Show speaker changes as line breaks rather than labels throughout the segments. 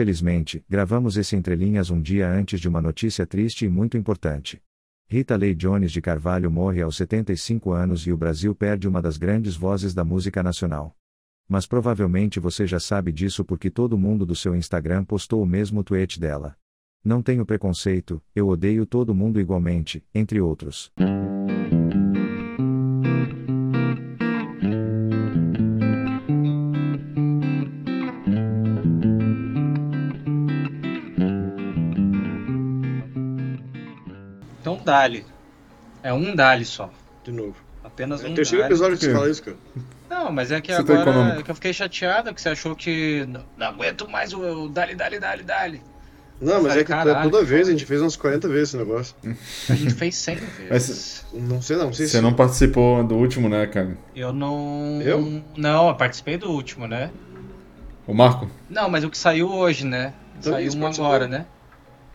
Infelizmente, gravamos esse entrelinhas um dia antes de uma notícia triste e muito importante. Rita Lee Jones de Carvalho morre aos 75 anos e o Brasil perde uma das grandes vozes da música nacional. Mas provavelmente você já sabe disso porque todo mundo do seu Instagram postou o mesmo tweet dela. Não tenho preconceito, eu odeio todo mundo igualmente, entre outros.
Então, dale. É um dale só.
De novo.
Apenas
É
um
o terceiro
dale.
episódio que você
Por quê?
fala isso, cara.
Não, mas é que
Você tá
agora
econômico.
é que eu fiquei chateada que você achou que. Não, não aguento mais o, o dale, dale, dale, dale.
Não, mas
Ai,
é que
caralho,
toda
que
vez, a
foda.
gente fez umas 40 vezes esse negócio.
A gente fez 100 vezes.
Não sei não, não sei
Você
se...
não participou do último, né, cara?
Eu não.
Eu?
Não, eu participei do último, né?
Ô, Marco,
Não, mas o que saiu hoje, né?
Então,
saiu
isso
um
participou.
agora, né?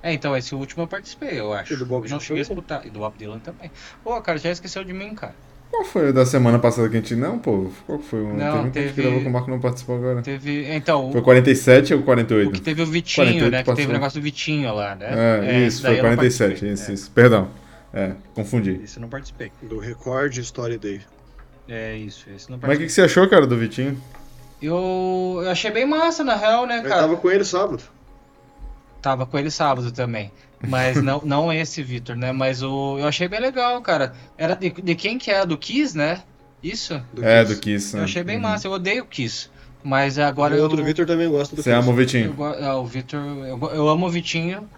É, então esse último eu participei, eu acho.
E do Bob
Eu não
Dylan
cheguei a
também.
escutar. E do Bob Dylan também. Pô, cara, já esqueceu de mim, cara.
qual foi o da semana passada que a gente. Não, pô, qual que foi? o
Não,
teve um que a gente
teve-
gravou com o Marco e não participou agora.
Teve. Então,
Foi 47 ou
o, o que
48?
teve o Vitinho,
48
né? Que teve
passou.
o negócio do Vitinho lá, né?
É,
esse
isso,
daí
foi
eu não
47.
participei.
Isso, isso. Perdão. É,
É,
confundi.
Esse eu não participei.
Do Record Story Day.
É isso, esse eu não
Mas o
participei.
que, que você achou, cara, do Vitinho?
Eu, eu achei bem massa, na real, né,
Eu
cara?
tava com ele sábado.
Tava com ele sábado também. Mas não, não esse, Vitor, né? Mas o, eu achei bem legal, cara. Era de, de quem que é? Do Kiss, né? Isso?
é,
Kiss.
do Kiss.
Eu
né?
achei bem
Uhum.
massa. Eu odeio o Kiss. Mas agora
O
eu...
outro Vitor também gosta do
Você ama o
eu
Vitinho?
go- ah, o Vitor... Eu, go- eu amo o Vitinho.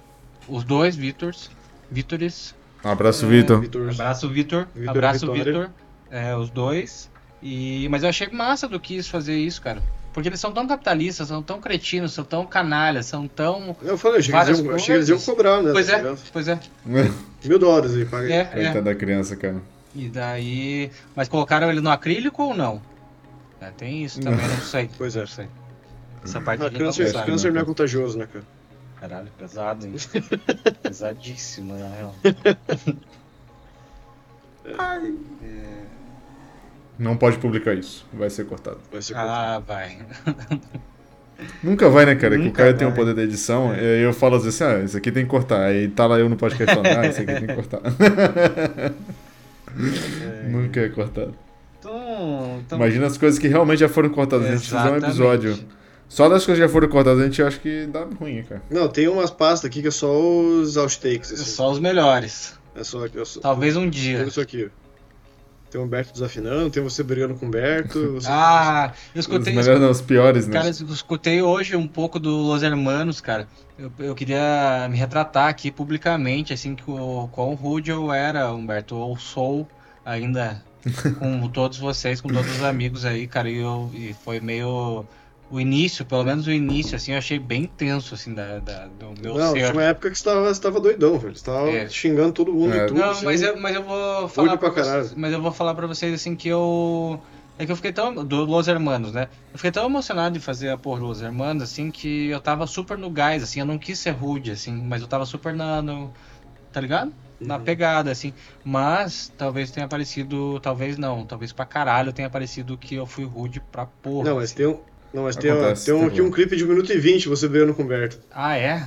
Os dois Vitors. Vitores.
Um abraço, Vitor.
Vitor.
Abraço, Vitor.
Vitor,
Abraço,
Vitória.
Vitor. É, os dois. E, mas eu achei massa do Kiss fazer isso, cara. Porque eles são tão capitalistas, são tão cretinos, são tão canalhas, são tão...
Eu falei, achei que eles
Várias
iam- achei que eles iam
coisas.
cobrar, né?
Pois
tá
é,
ligado?
pois é.
Mil dólares aí, paga aí.
É,
Coitada
é.
da criança, cara.
E daí. Mas colocaram ele no acrílico ou não? É, tem isso também, não sei.
Pois é.
Não sei. Essa parte né?
Ah,
a gente não
câncer,
sabe.
câncer não é contagioso, né, cara?
Caralho, pesado, hein? Pesadíssimo, na real.
Não pode publicar isso. Vai ser cortado.
Vai ser ah.
Ah, vai.
Nunca vai, né, cara? Que o
Nunca
Caio tem o
vai. É.
poder da edição. e Eu falo às vezes assim, ah, isso aqui tem que cortar. Aí tá lá eu no podcast falando, ah, isso aqui tem que cortar. Nunca é cortado.
Então. então...
Imagina as coisas que realmente já foram cortadas. A gente
Exatamente.
fizer um episódio. Só das coisas que já foram cortadas, a gente acha que dá ruim, cara.
Não, tem umas pastas aqui que é só os outtakes, assim.
É Só os melhores.
É só... É só...
Talvez um dia.
Tem isso aqui. Tem o Humberto desafinando, tem você brigando com o Humberto. Você...
Ah, eu
os
escutei.
melhores não, os piores, né?
Cara, eu escutei hoje um pouco do Los Hermanos, cara. Eu, eu queria me retratar aqui publicamente, assim, que o, quão rude eu era, Humberto, ou sou ainda com todos vocês, com todos os amigos aí, cara. E, eu, e foi meio. O início, pelo menos o início, assim, eu achei bem tenso, assim, da, da- do meu
Não, é tinha
ser.
uma época que você tava, você tava doidão, velho. Você tava
É.
xingando todo mundo
É.
e tudo.
Não,
assim.
mas eu, mas eu vou falar
pra
pra vocês,
caralho.
mas eu vou falar para vocês assim que eu é que eu fiquei tão do Los Hermanos, né? Eu fiquei tão emocionado em fazer a porra do Los Hermanos assim que eu tava super no gás assim, eu não quis ser rude assim, mas eu tava super na no, tá ligado? Na
Uhum.
pegada assim, mas talvez tenha aparecido, talvez não, talvez pra caralho tenha aparecido que eu fui rude pra porra.
Não, mas tem um. Não, mas tem,
Acontece,
tem um,
tá
aqui um
bom.
clipe de 1 minuto e 20 você brigando com o Humberto.
Ah, é?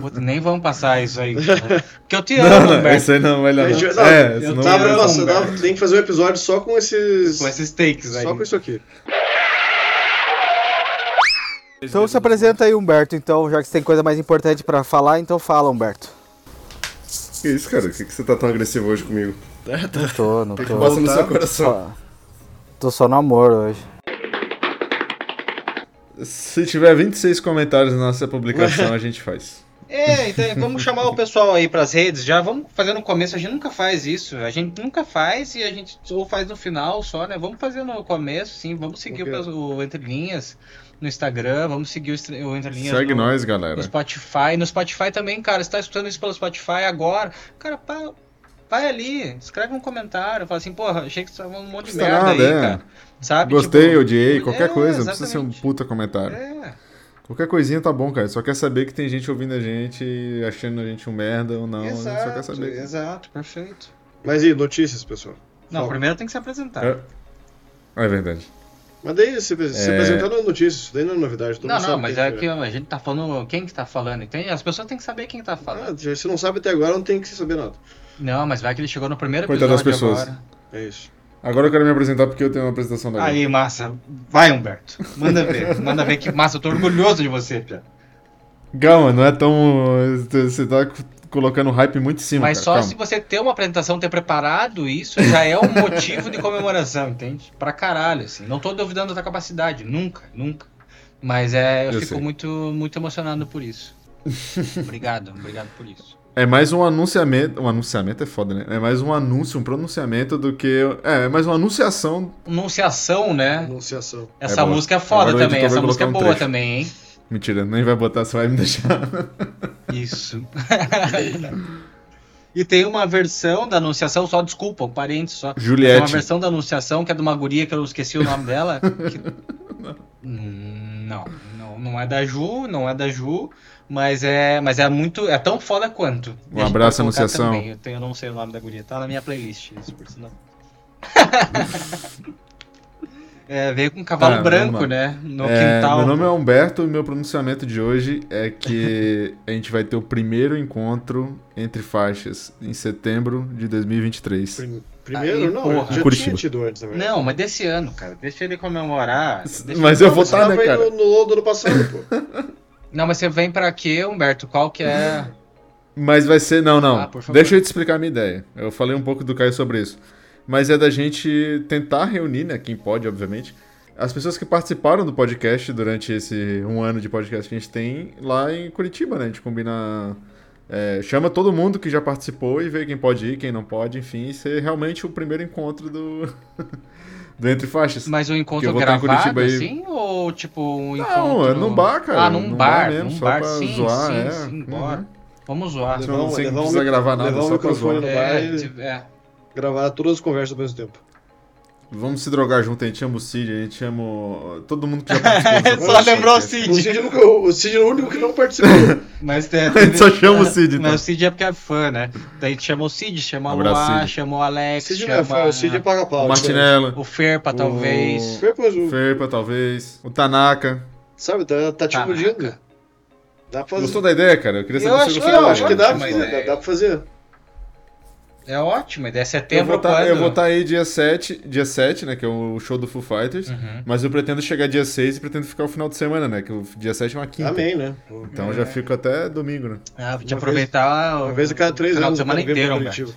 Puta, nem vamos passar isso aí. Que eu te
Não,
amo,
não,
Humberto,
esse aí não vai lá.
A gente-
não.
não,
É,
eu
esse não
tava
vai lá.
com
nossa,
Humberto.
dá- tem que fazer um episódio só com esses.
com esses takes aí.
só com isso aqui.
Então se apresenta aí, Humberto, então, já que você tem coisa mais importante pra falar, então fala, Humberto.
Que isso, cara? Por que, que você tá tão agressivo hoje comigo?
Não tô, não
O que passa
tô.
no seu coração?
Só- Tô só no amor hoje.
Se tiver 26 comentários na nossa publicação, a gente faz.
É, então vamos chamar o pessoal aí pras redes já. Vamos fazer no começo, a gente nunca faz isso. A gente nunca faz e a gente ou faz no final só, né? Vamos fazer no começo, sim. Vamos seguir
Ok.
o, pes- o Entre Linhas no Instagram, vamos seguir o, Estre- o Entre Linhas
Segue
no,
nós,
no
galera.
Spotify. No Spotify também, cara, você tá escutando isso pelo Spotify agora. Cara, pá, vai ali, escreve um comentário, fala assim, porra, achei que você tava um monte de
Custa
merda
nada,
aí,
é.
cara. Sabe?
Gostei,
Tipo,
odiei, qualquer
é,
coisa. Não precisa ser um
exatamente.
puta comentário.
É.
Qualquer coisinha tá bom, cara. Só quer saber que tem gente ouvindo a gente, achando a gente um merda ou não. a gente só quer
exato,
saber. que-
exato, perfeito.
Mas e notícias, pessoal?
Não,
Fala.
primeiro tem que se apresentar.
É. Ah, é verdade.
Mas daí, se, se
É.
apresentar na notícia, isso daí não é novidade. Todo
Não,
mundo
não,
sabe
mas
quem
é que a gente tá falando quem que tá falando. Tem, as pessoas têm que saber quem tá falando.
Ah, já- se não sabe até agora, não tem que saber nada.
Não, mas vai que ele chegou no primeiro
Coitado
episódio
das pessoas.
agora.
É isso.
Agora eu quero me apresentar porque eu tenho uma apresentação da
Aí, massa. Vai, Humberto. Manda ver. Manda ver que massa. Eu tô orgulhoso de você, cara.
Calma, não é tão. Você tá c- colocando hype muito em cima.
Mas
cara,
só
calma.
se você ter uma apresentação, ter preparado isso, já é um motivo de comemoração, entende? Pra caralho, assim. Não tô duvidando da tua capacidade. Nunca, nunca. Mas é, eu,
Eu
fico
sei.
muito, muito emocionado por isso. Obrigado, obrigado por isso.
É mais um anunciamento. Um anunciamento é foda, né? É mais um anúncio, um pronunciamento do que. É, é mais uma anunciação.
Anunciação, né?
Anunciação.
Essa
É boa.
música é foda
Agora o
também.
editor
Essa
vai
música é
colocar um
boa
trecho.
também, hein?
Mentira, nem vai botar, você vai me deixar.
Isso. e tem uma versão da Anunciação, só desculpa, um parênteses só. Tem uma
Juliette.
versão da Anunciação que é de uma guria que eu esqueci o nome dela. que- Hum, não, não, não é da Ju, não é da Ju, mas é, mas é muito, é tão foda quanto. Deixa eu
Um abraço,
colocar
Anunciação.
também, Eu, tenho- eu não sei o nome da guria, tá na minha playlist, isso, por sinal. É, veio com um cavalo
Ah,
branco,
vamos lá.
né? No
É,
quintal.
meu nome é Humberto e meu pronunciamento de hoje é que a gente vai ter o primeiro encontro entre faixas em setembro de 2023.
Prim- Primeiro,
Aí,
não,
porra.
já tinha
Curitiba.
tido antes, na verdade.
Não, mas desse ano, cara. Deixa ele comemorar. deixa
Mas
ele-
eu vou
Você
estar,
tava
né,
aí
cara?
no, no LOL do ano passado, pô.
Não, mas você vem pra quê, Humberto? Qual que é?
Mas vai ser. Não, não.
Ah, por favor.
Deixa eu te explicar a minha ideia. Eu falei um pouco do Caio sobre isso. Mas é da gente tentar reunir, né? Quem pode, obviamente. As pessoas que participaram do podcast durante esse um ano de podcast que a gente tem lá em Curitiba, né? A gente combina. é, chama todo mundo que já participou e vê quem pode ir, quem não pode, enfim, ser realmente o primeiro encontro do. do Entre Faixas.
Mas o
Que
encontro
eu vou estar em
gravado,
Curitiba aí.
assim? Ou tipo um
Não,
encontro.
é num bar, cara.
Ah, num bar,
mesmo,
num
só
bar,
pra
sim,
zoar,
sim,
é.
sim,
Uhum.
bora. Vamos zoar.
Não,
Levar um-
sem
levar um
precisar
mic-
gravar nada,
levar um
só pra
microfone
zoar.
no
É,
bar e-
de- é.
Gravar todas as conversas ao mesmo tempo.
Vamos se drogar junto, a gente ama o Cid, a gente ama o- todo mundo que já participou. do
Só
podcast.
lembrou o
O
Cid.
Cid, nunca- o Cid é o único que não participou.
Mas é,
A gente só chama o Cid, então.
Mas o Cid é porque é fã, né? Daí a gente chama o Cid, chama a
Abraço,
Luá,
Cid.
chama o Alex,
Cid não
chama
é fã, o Cid é paga-pau.
O é Martinello,
o Ferpa, talvez.
O-
Foi, pois, o-
o Ferpa, talvez, o Tanaka.
Sabe, tá, tá te
Caraca.
iludindo. Dá pra fazer.
Gostou da ideia, cara? Eu queria saber
Eu
se
acho
você
que
gostou.
Não,
da
acho que
ideia.
dá pra
mas
fazer.
é-
Dá, dá pra fazer.
É ótimo, é
Eu vou
setembro
tá-
quando?
eu vou estar aí dia 7, dia 7, né, que é o show do Foo Fighters.
Uhum.
Mas eu pretendo chegar dia 6 e pretendo ficar o final de semana, né, que o dia 7 é uma quinta.
Amém, né?
Então eu
É.
já fico até domingo, né?
Ah, vou te
Uma vez-
aproveitar
Uma vez a cada três
final
anos
de semana
eu quero vir
inteira,
pra
Humberto.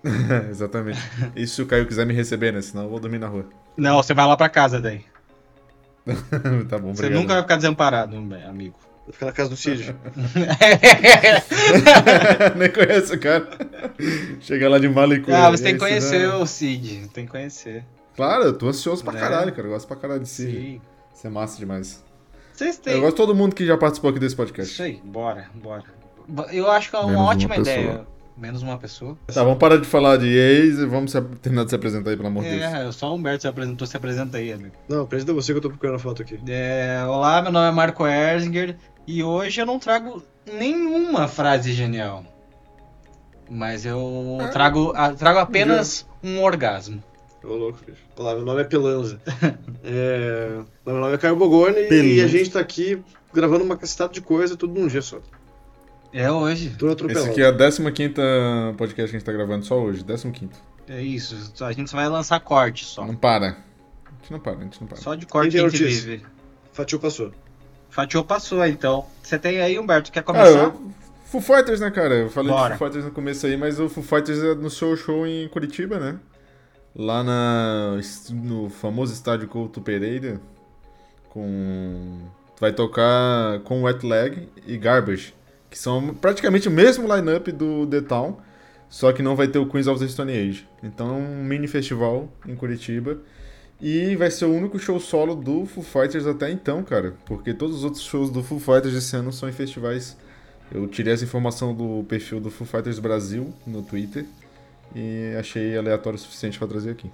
Curitiba.
É, Exatamente. E se o Caio quiser me receber, né, senão eu vou dormir na rua.
Não, você vai lá pra casa daí.
tá bom, obrigado.
Você nunca vai ficar desamparado, meu amigo. Ah,
Vou ficar na casa do Cid.
Nem conheço o cara. Chega lá de mala e cura.
ah, você
E
tem que
aí,
conhecer
dá-
o Cid, tem que conhecer.
Claro, eu tô ansioso pra
Né?
caralho, cara. Eu gosto pra caralho de si.
Sim.
Isso é massa demais.
Vocês
Eu
têm.
gosto de todo mundo que já participou aqui desse
Isso
podcast.
aí, bora, bora. Bo- Eu acho que é uma
Menos uma
ótima
pessoa.
ideia. Menos uma pessoa.
Tá, vamos parar de falar de ex e vamos se- terminar de se apresentar aí, pelo amor de Deus.
É, só o Humberto se apresentou, se apresenta aí, amigo.
Não, apresenta você que eu tô procurando a foto aqui.
É, olá, meu nome é Marco Erzinger e hoje eu não trago nenhuma frase genial. Mas eu
Ah.
trago, a- trago apenas um orgasmo.
Ô, louco, bicho. Olá, meu nome é Pelanza. é... Meu nome é Caio Bogoni e
Pelanza.
a gente tá aqui gravando uma cacetada de coisa tudo num dia só.
É hoje.
Tudo atropelado.
Esse aqui é o 15 podcast que a gente tá gravando só hoje, 15.
É isso. A gente só vai lançar corte só.
Não para. A gente não para, a gente não para.
Só de corte que
Quem
a
tem
gente
notícia?
vive.
é
Fatio passou.
Fatiou passou, então. Você tem aí, Humberto, quer
Ah,
começar?
eu... Foo Fighters, né, cara? Eu falei
Bora.
de Foo Fighters no começo aí, mas o Foo Fighters é no seu show em Curitiba, né? Lá na... no famoso estádio Couto Pereira, com... Vai tocar com Wet Leg e Garbage, que são praticamente o mesmo line-up do The Town, só que não vai ter o Queens of the Stone Age. Então é um mini festival em Curitiba. E vai ser o único show solo do Foo Fighters até então, cara. Porque todos os outros shows do Foo Fighters esse ano são em festivais eu tirei essa informação do perfil do Foo Fighters Brasil no Twitter e achei aleatório o suficiente pra trazer aqui.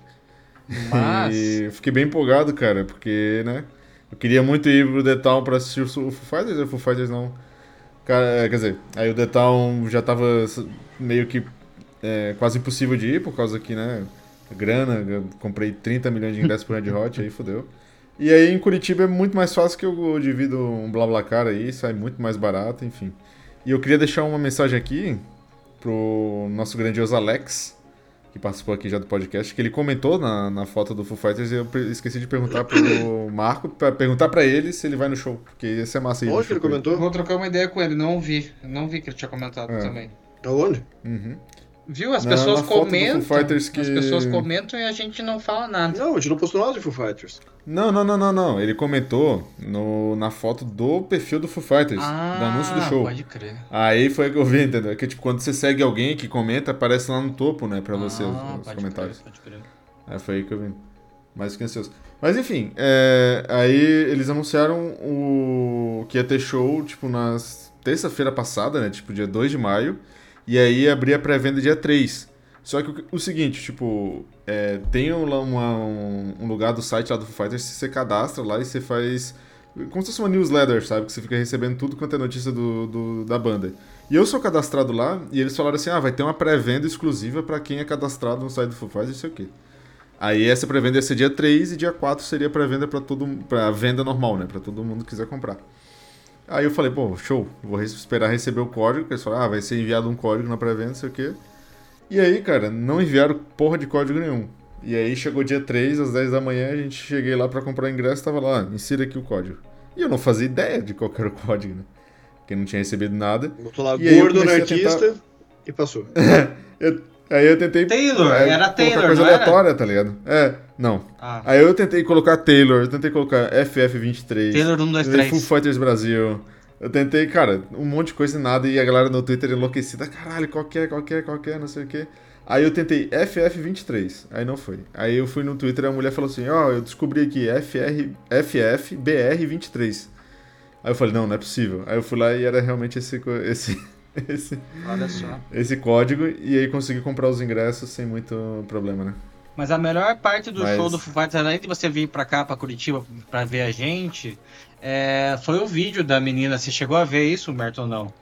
Mas.
E eu fiquei bem empolgado, cara, porque, né? Eu queria muito ir pro The Town pra assistir o Foo Fighters, o Foo Fighters não. Cara, é, Quer dizer, aí o The Town já tava s- meio que é, quase impossível de ir, por causa que, né? grana, eu comprei 30 milhões de ingressos pro Red Hot, aí fodeu. E aí em Curitiba é muito mais fácil que eu divido um BlaBlaCar aí, sai muito mais barato, enfim. E eu queria deixar uma mensagem aqui pro nosso grandioso Alex, que participou aqui já do podcast, que ele comentou na, na foto do Foo Fighters e eu pre- esqueci de perguntar pro Marco, pra perguntar pra ele se ele vai no show, porque ia ser massa aí.
Onde ele
Eu
comentou?
Vou trocar uma ideia com ele, não vi. Não vi que ele tinha comentado
É.
também.
Aonde?
Uhum.
Viu? As
Na-
pessoas
na foto do Foo
comentam.
Fighters que-
As pessoas comentam e a gente não fala nada.
Não, a gente não postou nada de Foo Fighters.
Não, não, não, não, não. Ele comentou no, na foto do perfil do Foo Fighters, do anúncio do show.
Ah, Pode crer.
Aí foi que eu vi, entendeu? Que tipo, quando você segue alguém que comenta, aparece lá no topo, né, pra você os-
Ah,
os,
pode
comentários.
crer, pode crer.
Aí É, foi aí que eu vi. Mas fiquei ansioso. Mas enfim, é, aí eles anunciaram o que ia ter show, tipo, na terça-feira passada, né? Tipo, dia 2 de maio. E aí abria a pré-venda dia 3. Só que o, o seguinte, tipo, é, tem um lá uma- um, um lugar do site lá do Foo Fighters, você cadastra lá e você faz. Como se fosse uma newsletter, sabe? Que você fica recebendo tudo quanto é notícia do, do- da banda. E eu sou cadastrado lá e eles falaram assim: ah, vai ter uma pré-venda exclusiva pra quem é cadastrado no site do Foo Fighters, não sei o quê. Aí essa é pré-venda ia ser dia 3 e dia 4 seria pré-venda para todo para venda normal, né, para todo mundo que quiser comprar. Aí eu falei, pô, show, vou res- esperar receber o código, o pessoal, ah, vai ser enviado um código na pré-venda, não sei o quê. E aí, cara, não enviaram porra de código nenhum. E aí chegou dia 3, às 10 da manhã, a gente cheguei lá para comprar o ingresso, tava lá, "Ah, insira aqui o código. E eu não fazia ideia de qual que era o código, né? Porque não tinha recebido nada.
Botou lá
E aí eu
gordo no
comecei a
artista e passou.
Aí eu tentei
Taylor,
é,
era
colocar
Taylor,
coisa
não era?
aleatória, tá ligado? É, não.
Ah,
Aí eu tentei colocar Taylor, eu tentei colocar FF23,
Taylor 1, 2, 3.
Full Fighters Brasil. Eu tentei, cara, um monte de coisa e nada, e a galera no Twitter enlouquecida, caralho, qual que é, qual que é, qual que é, não sei o quê. Aí eu tentei FF23, aí não foi. Aí eu fui no Twitter e a mulher falou assim, ó, eu descobri aqui FR, FFBR23. Aí eu falei, não, não é possível. Aí eu fui lá e era realmente esse, co- esse, esse,
Olha só.
esse código, e aí consegui comprar os ingressos sem muito problema, né?
Mas a melhor parte do
Mas-
show do Foo Fighters, além de você vir pra cá, pra Curitiba, pra ver a gente, é, foi o vídeo da menina. Você chegou a ver isso, Humberto, ou não?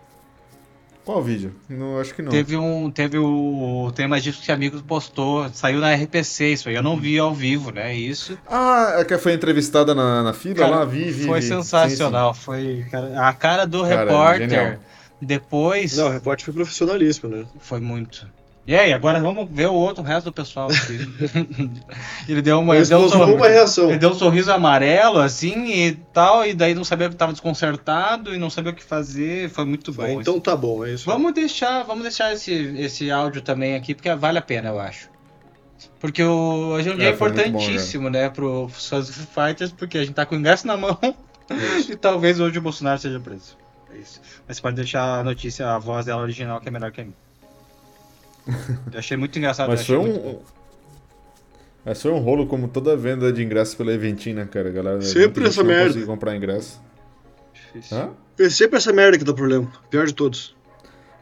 Qual o vídeo? Não, acho que não.
Teve um. Teve o. Tem mais discos que amigos postou. Saiu na RPC isso aí. Eu não vi ao vivo, né? Isso.
Ah, é que foi entrevistada na, na fila
Cara,
lá? Vi, vi.
foi
vi.
sensacional. Foi cara, a cara do
Cara,
repórter.
genial.
Depois
Não, o repórter foi profissionalíssimo, né?
foi muito. E aí, agora vamos ver o outro o resto do pessoal. aqui. ele deu uma. Ele
Mas
deu um
não
sorriso.
uma reação.
Ele deu um sorriso amarelo, assim, e tal, e daí não sabia que tava desconcertado e não sabia o que fazer. Foi muito um bom.
Vai,
isso.
então tá bom, é isso.
Vamos deixar, vamos deixar esse, esse áudio também aqui, porque vale a pena, eu acho. Porque o- hoje é um
É,
dia
foi muito bom,
importantíssimo, né, para os fãs do Foo Fighters, porque a gente tá com o ingresso na mão e talvez hoje o Bolsonaro seja preso. É isso. Mas pode deixar a notícia, a voz dela original, que é melhor que a minha. Eu achei muito engraçado.
Mas
eu
foi
achei muito
um. Mas foi um rolo como toda venda de ingresso pela Eventina, cara. A galera
Sempre
muita gente
essa
não
merda.
conseguiu comprar ingresso.
difícil.
Hã?
É sempre essa merda que dá problema. Pior de todos.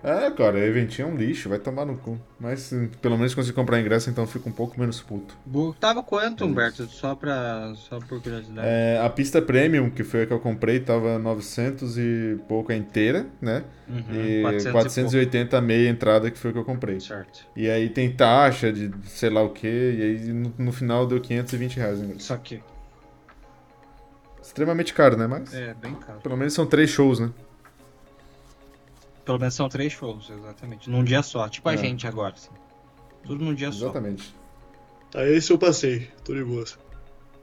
É, cara, a Eventina é um lixo, vai tomar no cu. Mas hum, pelo menos consegui comprar ingresso, então eu fico um pouco menos puto.
Bu- Tava quanto, Humberto? Só, pra, só por curiosidade.
É, a pista premium, que foi a que eu comprei, tava 900 e pouco a inteira, né?
Uhum,
E
400 e
480 a meia entrada, que foi a que eu comprei.
pouco, certo.
E aí tem taxa de sei lá o que, e aí no, no final deu 520 reais. o ingresso.
Só que
Extremamente caro, né? Mas
é bem caro.
pelo menos são três shows, né?
Pelo menos são três shows, exatamente. Num dia só. Tipo a
É.
gente agora, assim. Tudo num dia
Exatamente.
Aí esse eu passei. Tô de boa.
só.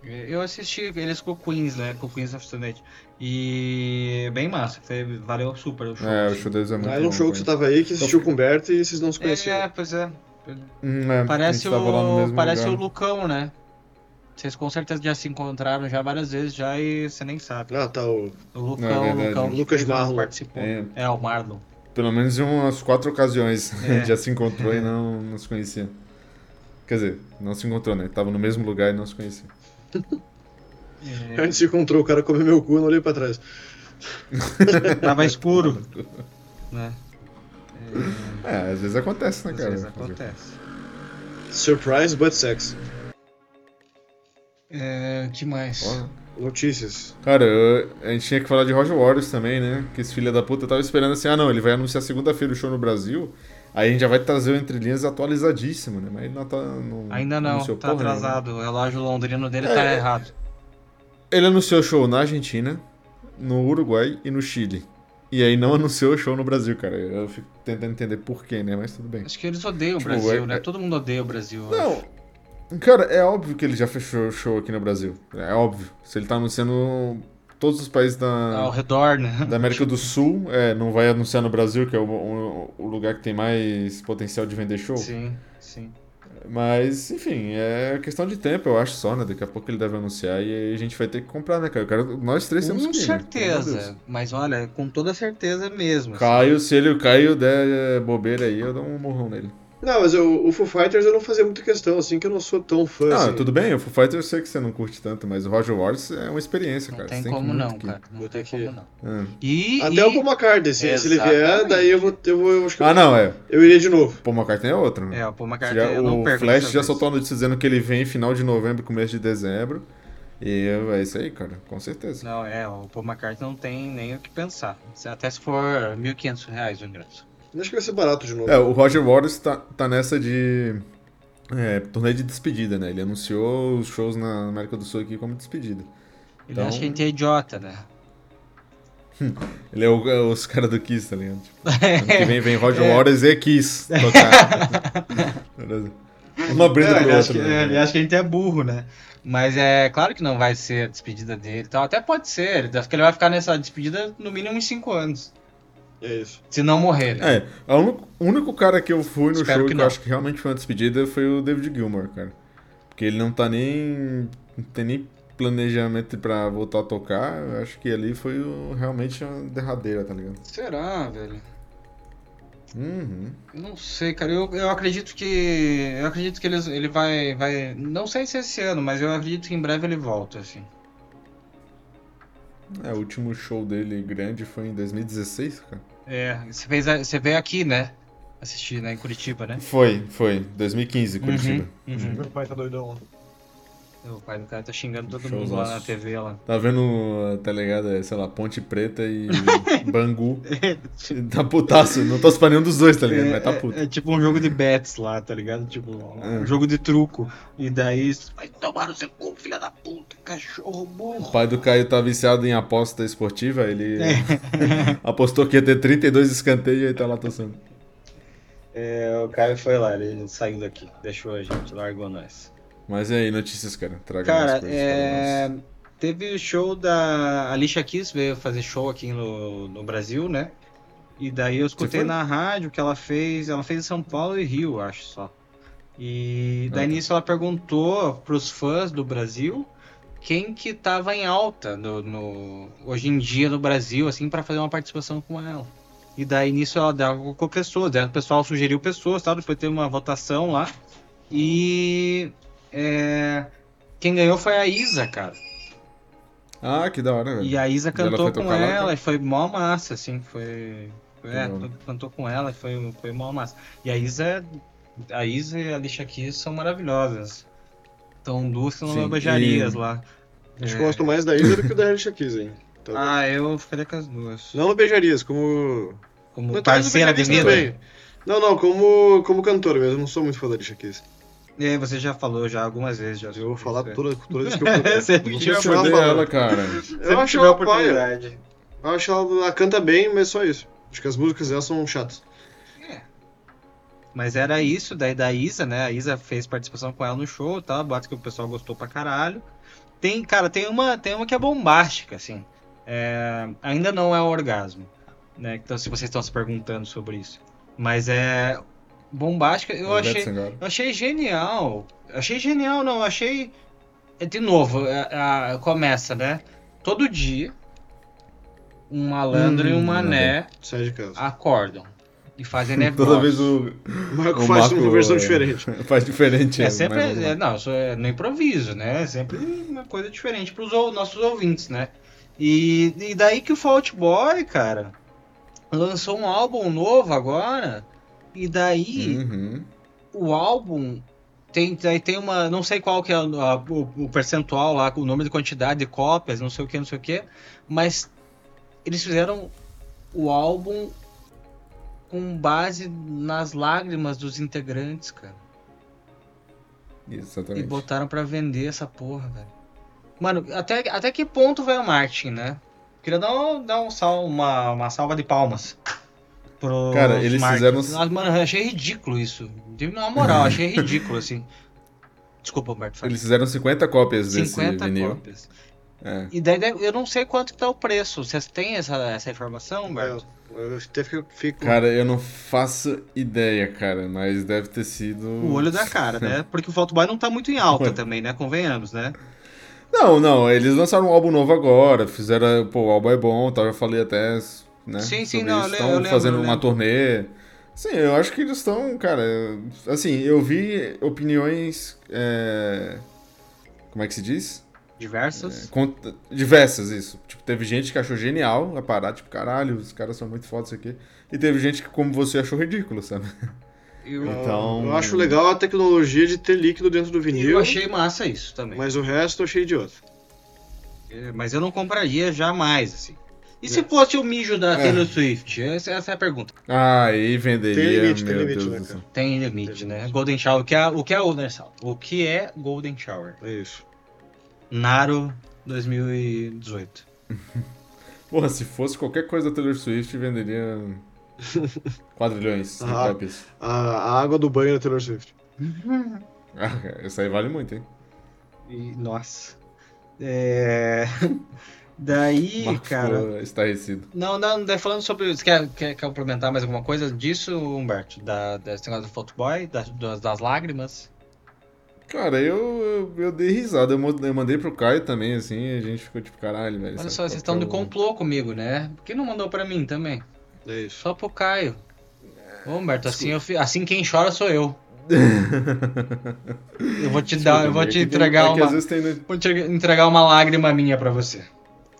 É, Eu assisti eles com o Queens, né? Com o Queens of the Night. E é bem massa. foi- valeu super o show.
É, o
assim.
show deles é muito
Aí
bom.
num um show que você tá-
cara.
tava aí, que assistiu com o Berto e vocês não se
É,
conheceram.
pois é.
Hum, é, a
Parece,
gente né? tava lá no
o,
mesmo
parece o
lugar.
Lucão, né? Vocês com certeza já se encontraram já várias vezes já e você nem sabe.
Ah, tá. O...
O Lucão,
É
o
verdade.
Lucão. que
Lucas
fez o
Marlon.
Participou. É.
É.
o Marlon.
Pelo menos em umas quatro ocasiões a
É.
gente já se encontrou e não, não se conhecia. Quer dizer, não se encontrou, né? Tava no mesmo lugar e não se conhecia.
A gente se encontrou, o cara comeu meu cu, eu não olhei pra trás.
É, tava escuro. né?
É, às vezes acontece, né,
Às
cara?
vezes acontece.
Surprise, but sex.
É, que mais?
Porra.
Notícias.
Cara, eu- a gente tinha que falar de Roger Waters também, né? Que esse filho da puta tava esperando assim, ah não, ele vai anunciar segunda-feira o show no Brasil. Aí a gente já vai trazer o Entre Linhas atualizadíssimo, né? Mas não tá. Não,
Ainda não,
anunciou
tá
porra nenhuma. É,
atrasado. O relógio londrino dele tá errado.
Ele anunciou show na Argentina, no Uruguai e no Chile. E aí não anunciou show no Brasil, cara. Eu fico tentando entender porquê, né? Mas tudo bem.
Acho que eles odeiam o
Tipo,
Brasil,
é-
né? Todo mundo odeia o Brasil. né? eu acho.
Não. Cara, é óbvio que ele já fechou o show aqui no Brasil. É óbvio. Se ele tá anunciando todos os países
Ao
da,
redor, né?
da América do Sul, é, não vai anunciar no Brasil, que é o, o- o lugar que tem mais potencial de vender show.
Sim, sim.
Mas, enfim, é questão de tempo, eu acho só, né? Daqui a pouco ele deve anunciar e aí a gente vai ter que comprar, né, cara? Eu quero- nós três temos
Com
que ir, né? Pelo amor de Deus.
certeza. Mas olha, com toda certeza mesmo. assim.
Caio, se ele, o Caio der bobeira aí, eu dou um morrão nele.
Não, mas eu, o Foo Fighters eu não fazia muita questão, assim, que eu não sou tão fã.
Ah,
assim.
tudo bem, o Foo Fighters eu sei que você não curte tanto, mas o Roger Waters é uma experiência,
Não
cara.
tem
Você
como
muito
não,
que-
cara. Não
Vou
tem
ter que-
como não.
Ah.
E,
Até
e-
o Paul McCartney, se, se ele vier,
Exatamente.
daí eu vou, eu vou, eu acho que
Ah, não, é.
eu iria de novo.
Paul McCartney é outro, né?
É, o Paul McCartney,
Já-
eu não
o
perco
Flash
dessa
já
vez.
soltou a notícia dizendo que ele vem final de novembro, começo de dezembro. E eu- é isso aí, cara, com certeza.
Não, é, o Paul McCartney não tem nem o que pensar. Se- Até se for R$ 1.500 reais o ingresso.
Eu Acho que vai ser barato de novo.
É, o Roger Waters tá, tá nessa de. É, turnê de despedida, né? Ele anunciou os shows na América do Sul aqui como despedida.
Ele
Então-
acha que a gente é idiota, né?
Ele é, o- é os caras do Kiss, tá ligado? Tipo, ano que vem vem Roger
É.
Waters e Kiss tocar. Uma
Não,
briga
É, ele,
pro
acha
outro.
que,
né?
ele acha que a gente é burro, né? Mas é claro que não vai ser a despedida dele. e tal. Até pode ser, ele, acho que ele vai ficar nessa despedida no mínimo uns 5 anos.
É isso.
Se não morrer. né?
É, a un- o único cara que eu fui no
Espero
show
que
que,
não.
eu acho que realmente foi uma despedida foi o David Gilmour, cara. Porque ele não tá nem. não tem nem planejamento pra voltar a tocar. Eu acho que ali foi o- realmente a derradeira, tá ligado?
Será, velho?
Uhum.
Eu Não sei, cara. Eu, eu acredito que. Eu acredito que eles, ele vai, vai. Não sei se é esse ano, mas eu acredito que em breve ele volta, assim.
É, o último show dele grande foi em 2016, cara.
É, você, fez a- você veio aqui, né? Assistir, né? Em Curitiba, né?
Foi, foi. 2015, Curitiba.
Uhum.
Meu pai tá doidão.
O pai do cara tá xingando todo
Showzaço.
mundo lá na TV lá.
Tá vendo, tá ligado? É, Sei lá, Ponte Preta e Bangu. tá putaço. Não torço pra nenhum dos dois, tá ligado? Mas tá puto.
É, tipo- É, é tipo um jogo de bets lá, tá ligado? Tipo, um jogo de truco. E daí. Vai tomar no seu cu, filha da puta, cachorro
O
burro.
pai do Caio tá viciado em aposta esportiva, ele apostou que ia ter 32 escanteios e aí tá lá torcendo.
É, o Caio foi lá, ele saiu daqui. Deixou a gente, largou nós.
Mas e aí, notícias, cara? Traga mais
Cara,
coisas,
é,
traga mais.
teve o show da Alicia Keys, veio fazer show aqui no, no Brasil, né? E daí eu escutei
foi?
na rádio que ela fez, ela fez em São Paulo e Rio, acho só. E daí
Ah, tá.
nisso ela perguntou pros fãs do Brasil quem que tava em alta no, no- hoje em dia no Brasil, assim, para fazer uma participação com ela. E daí nisso ela dava- colocou pessoas, daí o pessoal sugeriu pessoas, tal, depois teve uma votação lá. E é, quem ganhou foi a Isa, cara.
Ah, que da hora, velho.
E a Isa
E ela
cantou
foi
com
tocar lá,
ela
cara?
e foi mó massa, assim, foi. foi- é,
Legal.
cantou com ela e foi, foi mó massa. E a Isa. A Isa e a Lixa aqui são maravilhosas. Então duas que
Sim,
são beijarias
e-
lá.
Acho
É.
que eu gosto mais da Isa do que da Alicia Keys, hein? Tá bom.
Ah, eu ficaria com as duas.
Não no Beijarias, como...
Como
Não, tá,
parceira de
Beijarias
vida.
também. Não, não, como, como cantor mesmo. Eu não sou muito fã da Alicia Keys.
É, você já falou já algumas vezes. Já
Eu vou falar
Isso, é.
todas toda vez que eu puder.
Sempre
Eu
que
vou
tiver
continuar
Cadê
falando.
ela, cara?
Eu acho
tiver
ela paia. Eu acho ela, ela canta bem, mas só isso. Acho que as músicas dela são chatas.
Mas era isso, daí da Isa, né? A Isa fez participação com ela no show, tá? Boato que o pessoal gostou pra caralho. Tem, cara, tem uma, tem uma que é bombástica, assim. É, ainda não é o orgasmo, né? Então, se vocês estão se perguntando sobre isso. Mas é bombástica. Eu
Roberto
achei,
Sangalo.
eu achei genial. Achei genial, não. Achei. é, De novo, a- a- começa, né? Todo dia, um malandro e um
Hum,
mané
Sai de
Ah,
casa.
acordam e fazem negócio.
Toda vez o,
O Marco
o
faz
Marco,
uma versão
é,
diferente.
faz diferente.
É
mas
sempre,
vamos lá.
é, não, isso é no improviso, né? É sempre uma coisa diferente para os nossos ouvintes, né? E, e daí que o Fault Boy, cara, lançou um álbum novo agora, e daí
Uhum.
o álbum tem, daí tem uma, não sei qual que é a- a- o, o percentual lá, o número de quantidade de cópias, não sei o que, não sei o que, mas eles fizeram o álbum com base nas lágrimas dos integrantes, cara. E
Exatamente.
botaram pra vender essa porra, velho. Mano, até, até que ponto vai o Martin, né? Queria dar, um, dar um sal, uma, uma salva de palmas. Pro
Cara, eles fizeram-
Mano, eu achei ridículo isso. De- Na moral, achei ridículo, assim. Desculpa, Humberto. falei.
Eles fizeram 50 cópias desse
50
vinil.
cópias.
É.
E daí daí, eu não sei quanto que tá o preço. Vocês têm essa, essa informação, Humberto?
É, Eu, eu até fico. fico-
Cara, eu não faço ideia, cara, mas deve ter sido.
É, O olho da cara, né? Porque o Faltboy não tá muito em alta também, né? Convenhamos, né?
Não, não, eles lançaram um álbum novo agora, fizeram, pô, o álbum é bom, tal, eu falei até, né?
Sim, sim,
sobre
não,
isso,
eu le-
tão
eu lembro,
fazendo
eu
uma
lembro.
turnê. Sim, eu acho que eles estão, cara, assim, eu vi opiniões, é, como é que se diz?
Diversas.
Cont- Diversas, isso. Tipo, teve gente que achou genial a parada, tipo, caralho, os caras são muito fodas, isso aqui. E teve gente que, como você, achou ridículo, sabe?
Eu,
eu-
então-
Eu acho legal a tecnologia de ter líquido dentro do vinil.
eu achei massa isso também.
Mas o resto eu achei idiota.
É, Mas eu não compraria jamais, assim. E se fosse o mijo da Taylor Swift? Essa, essa é a pergunta.
Ah, e venderia,
Tem limite, tem
meu
limite,
Deus
né,
do
cara?
céu.
Tem limite, né? Golden Shower. O que é, o que é Golden Shower? O que é Golden Shower?
É isso.
Naro 2018.
Porra, se fosse qualquer coisa da Taylor Swift, venderia 4 milhões de
Ah.
cópias.
A, a água do banho da Taylor Swift.
Ah, cara, essa aí vale muito, hein?
E, nossa. É... Daí,
Marco
cara.
ficou estarrecido.
Não, não, daí falando sobre. Você quer, quer, quer complementar mais alguma coisa disso, Humberto? Da, desse negócio do Footboy, das, das, das lágrimas?
Cara, eu, eu, eu dei risada, eu, mo- eu mandei pro Caio também, assim, e a gente ficou tipo, caralho,
Olha
velho. sabe
só,
qual
vocês
que é
estão do
o-
complô comigo, né? Por que não mandou pra mim também?
É isso.
Só pro Caio. Ô, Humberto, assim, eu fi- assim quem chora sou eu. Eu vou te dar, eu vou
É que
te
tem-
entregar
é que
uma,
às vezes tem, né?
vou te entregar uma lágrima minha pra você.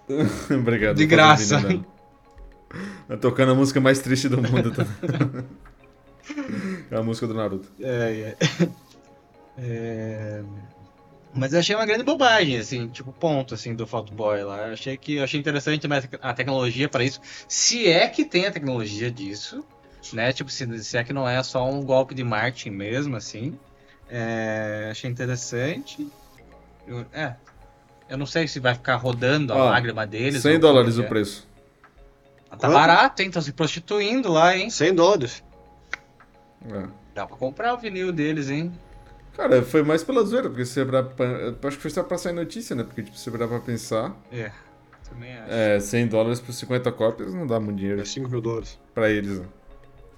Obrigado.
De
por ter
graça.
vindo, Dan. Tá Tocando a música mais triste do mundo. Tá... é a música do Naruto.
É, é. É, Mas eu achei uma grande bobagem, assim, tipo, ponto, assim, do Fatboy lá. Eu achei que eu achei interessante mas a tecnologia pra isso. Se é que tem a tecnologia disso, né? Tipo, se, se é que não é só um golpe de marketing mesmo, assim. É, achei interessante. Eu, é. Eu não sei se vai ficar rodando a
Ó,
lágrima deles.
100
ou como
dólares
que
o
é.
preço.
Tá barato, hein? Estão se prostituindo lá, hein?
100 dólares.
É.
Dá pra comprar o vinil deles, hein?
Cara, foi mais pela zoeira, porque se pra, pra, acho que foi só pra sair notícia, né? Porque, tipo, se parar pra pensar,
É. Também acho.
é, 100 dólares por 50 cópias não dá muito dinheiro
É 5 mil dólares.
pra eles, né?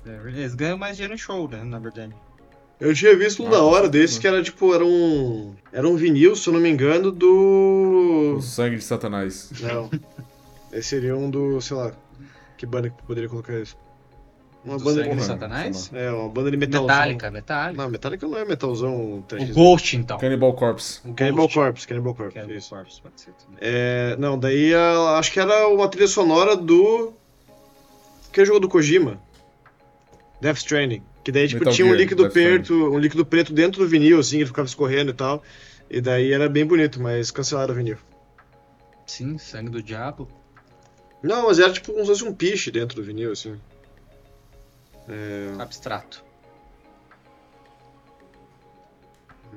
É, Eles ganham mais dinheiro em show, né? Na verdade.
Eu tinha visto um
Nossa,
da hora desse
né?
que era tipo, era um. Era um vinil, se eu não me engano, do.
O sangue de Satanás.
Não. Esse seria um do, sei lá. Que banda que poderia colocar isso? Uma
Do
banda
sangue de
porra,
Satanás?
É, uma banda de metalzão.
Metallica, Metallica.
Não, Metallica não é metalzão
O
3
Ghost, então.
Cannibal Corpse.
O
Cannibal
Ghost.
Corpse, Cannibal Corpse.
Cannibal
isso.
Corpse, pode ser também.
É, não, daí a- acho que era uma trilha sonora do. Que é o jogo do Kojima? Death Stranding. Que daí, tipo,
Metal
tinha um
Gear,
líquido
Death
preto, um líquido preto dentro do vinil, assim, ele ficava escorrendo e tal. E daí era bem bonito, mas cancelaram o vinil.
Sim, Sangue do Diabo.
Não, mas era tipo como se fosse um piche dentro do vinil, assim. É,
Abstrato.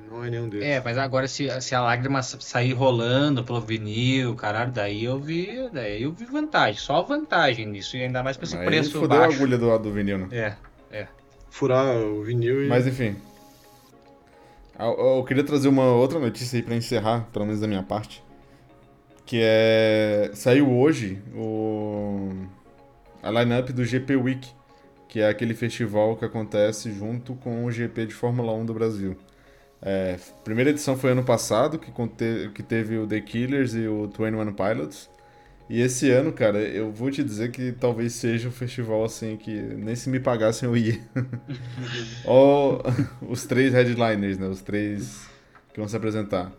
não é nenhum deles.
É, mas agora se, se a lágrima sa- sair rolando pelo vinil, caralho, daí eu vi. Daí eu vi vantagem. Só vantagem nisso. E ainda mais pra esse
Aí
preço
fudeu a
baixo.
agulha do, do vinil, né?
É.
Furar o vinil e.
Mas enfim. Ah, Eu, eu queria trazer uma outra notícia aí pra encerrar, pelo menos da minha parte. Que é. Saiu hoje o. A lineup do GP Week, que é aquele festival que acontece junto com o GP de Fórmula 1 do Brasil. É, primeira edição foi ano passado, que, conte- que teve o The Killers e o 21 Pilots. E esse ano, cara, eu vou te dizer que talvez seja um festival assim que nem se me pagassem eu ia. Ó, os três headliners, né? Os três que vão se apresentar.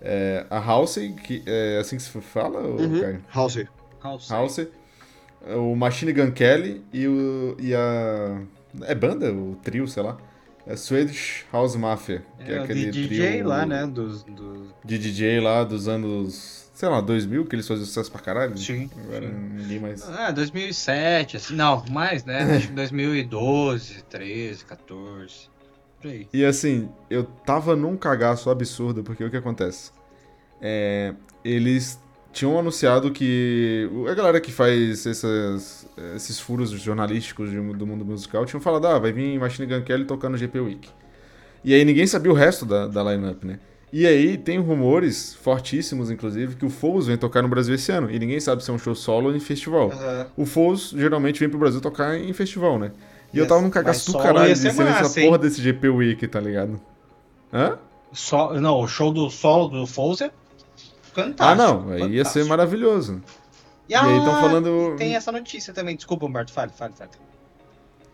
É, a Halsey, que é assim que se fala, ô,
Uhum.
Caio?
House.
House.
Halsey, o Machine Gun Kelly e, o, e a. É banda? O trio, sei lá. É Swedish House Mafia, que é,
É, o
aquele
DJ
trio
lá, né? Dos, dos...
de DJ lá dos anos. sei sei lá, 2000 que eles faziam sucesso pra caralho.
Sim.
Agora ninguém mais.
Ah, 2007, assim, não, mais, né? Acho que 2012, 13, 14, por aí.
E assim, eu tava num cagaço absurdo, porque o que acontece? É, eles tinham anunciado que o- a galera que faz essas- esses furos jornalísticos de- do mundo musical tinham falado, ah, vai vir Machine Gun Kelly tocando GP Week. E aí ninguém sabia o resto da, da lineup, né? E aí tem rumores, fortíssimos inclusive, que o Foles vem tocar no Brasil esse ano. E ninguém sabe se é um show solo ou em festival.
Aham.
O Foles geralmente vem pro Brasil tocar em festival, né? E eu
Ia-
tava num cagaço
mas
do
solo
caralho
ia
de
ser
ser nessa
massa, hein?
porra desse GP Week, tá ligado? Hã?
Só, não, o show do solo do Fouza
Tá,
Ah,
fantástico.
não. Aí ia ser maravilhoso. E aí estão falando.
Tem essa notícia também, desculpa, Humberto, fale, fale, fale.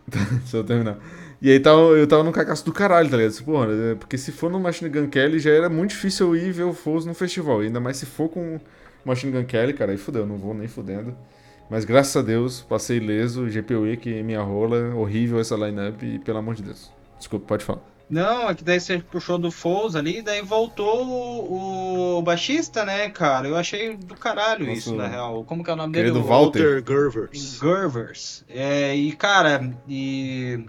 Deixa eu terminar. E aí tava, eu tava num cagaço do caralho, tá ligado? Assim, Porra, é, porque se for no Machine Gun Kelly, já era muito difícil eu ir ver o Foles no festival. E ainda mais se for com o Machine Gun Kelly, cara, aí fudeu, não vou nem fudendo. Mas graças a Deus, passei ileso, GP Week, minha rola, horrível essa lineup, e pelo amor de Deus. Desculpa, pode falar.
Não, é que daí você puxou do Fouls ali, daí voltou o, o baixista, né, cara? Eu achei do caralho
Nosso
isso, na real. Como que é o nome
querido
dele? O-
Val-
Walter Gervers.
Gervers. É, e, cara, e.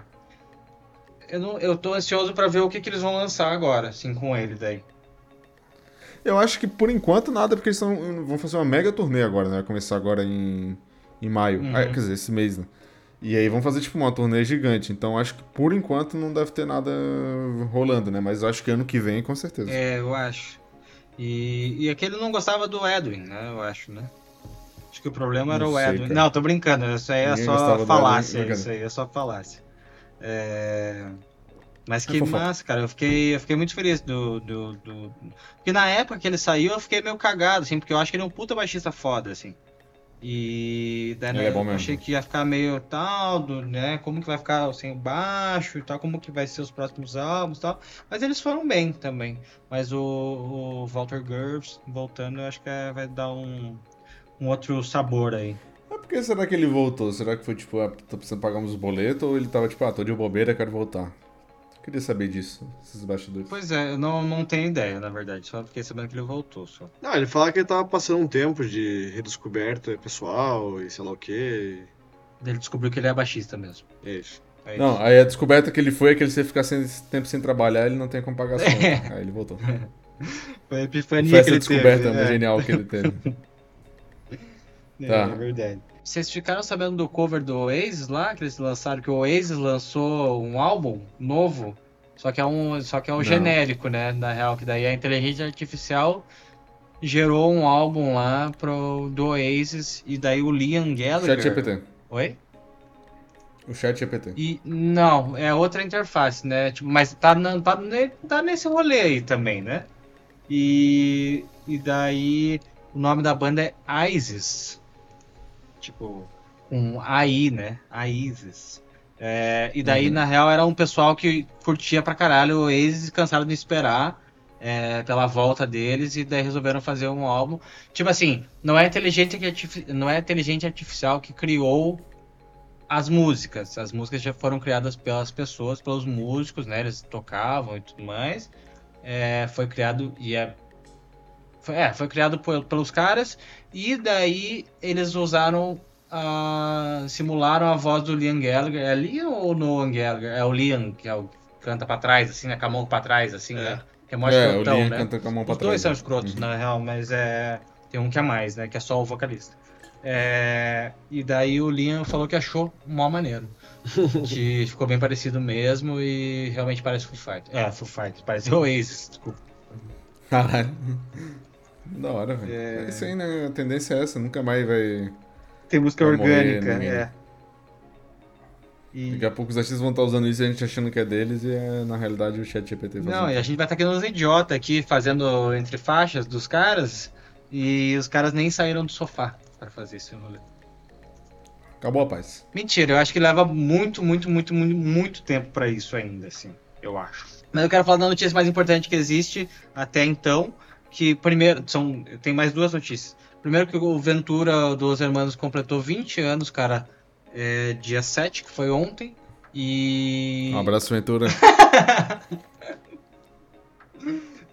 Eu, não, eu tô ansioso pra ver o que, que eles vão lançar agora, assim, com ele daí.
Eu acho que por enquanto nada, porque eles tão- vão fazer uma mega turnê agora, né? Vai começar agora em, em maio.
Uhum.
Ah, quer dizer, esse mês, né? E aí vão fazer tipo uma turnê gigante. Então acho que por enquanto não deve ter nada rolando, né? Mas acho que ano que vem, com certeza.
É, eu acho. E, e aquele não gostava do Edwin, né? Eu acho, né? Acho que o problema era
Não
o
sei,
Edwin.
cara.
Não, tô brincando, isso aí é
Ninguém
só
gostava do
falácia.
Edwin, né,
Isso aí é só falácia. É, Mas que
É fofoca.
massa, cara. Eu fiquei, eu fiquei muito feliz do, do, do. Porque na época que ele saiu, eu fiquei meio cagado, assim, porque eu acho que ele é um puta baixista foda, assim. E daí,
Ele
né,
é bom
eu
mesmo.
achei que ia ficar meio tal, do, né? Como que vai ficar sem o baixo e tal, como que vai ser os próximos álbuns e tal. Mas eles foram bem também. Mas o, o Walter Gervs voltando, eu acho que é- vai dar um, um outro sabor aí.
Mas por que será que ele voltou? Será que foi tipo, ah, tô precisando pagar uns boletos? Ou ele tava tipo, ah, tô de bobeira, quero voltar? Queria saber disso, esses bastidores.
Pois é, eu não, não tenho ideia, na verdade. Só fiquei sabendo que ele voltou só.
Não, ele fala que ele tava passando um tempo de redescoberta pessoal e sei lá o que.
Ele descobriu que ele é baixista mesmo.
É isso.
É isso.
Não, aí a descoberta que ele foi é que ele se ficar sem esse tempo sem trabalhar, ele não tem como pagar as contas. aí ele voltou.
Foi a
Foi
epifania
essa
que ele
descoberta
teve.
né,
é.
genial que ele teve.
É,
Tá.
é verdade. Vocês ficaram sabendo do cover do Oasis lá, que eles lançaram, que o Oasis lançou um álbum novo, só que é um, só que é um
Não.
genérico, né? Na real, que daí a inteligência artificial gerou um álbum lá pro, do Oasis, e daí o Liam Gallagher.
Chat GPT.
Oi?
O chat GPT.
E não, é outra interface, né? Tipo, mas tá, na- tá, ne- tá nesse rolê aí também, né? E, e daí o nome da banda é ISIS. Tipo, com AI, né? A ISIS. É, e daí,
Uhum.
na real, era um pessoal que curtia pra caralho o Oasis e cansaram de esperar é, pela volta deles e daí resolveram fazer um álbum. Tipo assim, não é inteligente que artifi- não é inteligente artificial que criou as músicas. As músicas já foram criadas pelas pessoas, pelos músicos, né? Eles tocavam e tudo mais. É, foi criado e é foi, é, foi criado pe- pelos caras e daí eles usaram a- simularam a voz do Liam Gallagher. É Liam ou Noam Gallagher? É o Liam que é o que canta pra trás assim, né? Com a mão pra trás assim,
É.
né? Que é mó
é, o
escrotão,
Liam
né?
canta com a mão pra
Os dois
trás.
são escrotos,
Uhum.
na real, mas é. Tem um que é mais, né? Que é só o vocalista. É, E daí o Liam falou que achou mó maneiro. que ficou bem parecido mesmo e realmente parece Foo Fighters. É, Foo Fighters, parece Oasis, desculpa.
Caralho. Da hora, velho. É... isso aí, né? A tendência é essa, nunca mais vai.
Tem música
Vai morrer
orgânica,
ninguém. né?
é. E-
Daqui a pouco os artistas vão estar usando isso e a gente achando que é deles e é, na realidade o chat GPT fazendo.
Não, e a gente vai estar querendo uns idiotas aqui fazendo entre faixas dos caras e os caras nem saíram do sofá pra fazer esse rolê. é.
Acabou a paz.
Mentira, eu acho que leva muito, muito, muito, muito, muito tempo pra isso ainda, assim, eu acho. Mas eu quero falar da notícia mais importante que existe até então, que primeiro, são, tem mais duas notícias. Primeiro que o Ventura dos Hermanos completou 20 anos, cara, é, dia 7, que foi ontem, e...
Um abraço, Ventura.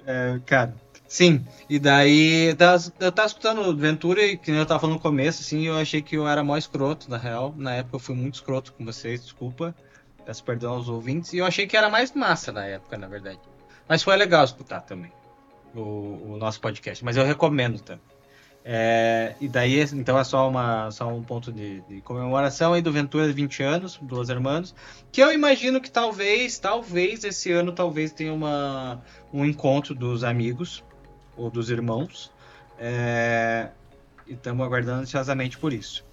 É, cara, Sim, e daí das- eu tava escutando Ventura e que nem eu tava falando no começo, assim, eu achei que eu era mó escroto, na real. Na época eu fui muito escroto com vocês, desculpa. Peço perdão aos ouvintes. E eu achei que era mais massa na época, na verdade. Mas foi legal escutar também o, o nosso podcast. Mas eu recomendo também. É, e daí, então é só, uma, só um ponto de, de comemoração aí do Ventura 20 anos, dos Hermanos. Que eu imagino que talvez, talvez esse ano, talvez tenha uma, um encontro dos amigos ou dos irmãos. É, e estamos aguardando ansiosamente por isso.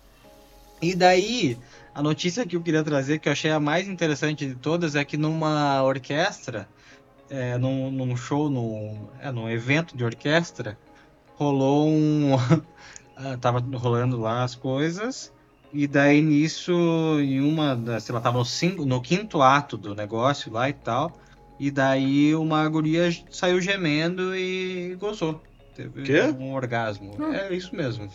E daí, a notícia que eu queria trazer, que eu achei a mais interessante de todas, é que numa orquestra, é, num, num show, num, é, num evento de orquestra, rolou um. ah, tava rolando lá as coisas. E daí nisso, em uma, das- sei lá, tava no, cinco, no quinto ato do negócio lá e tal. E daí uma guria saiu gemendo e gozou. Teve
Quê?
um orgasmo. É isso mesmo.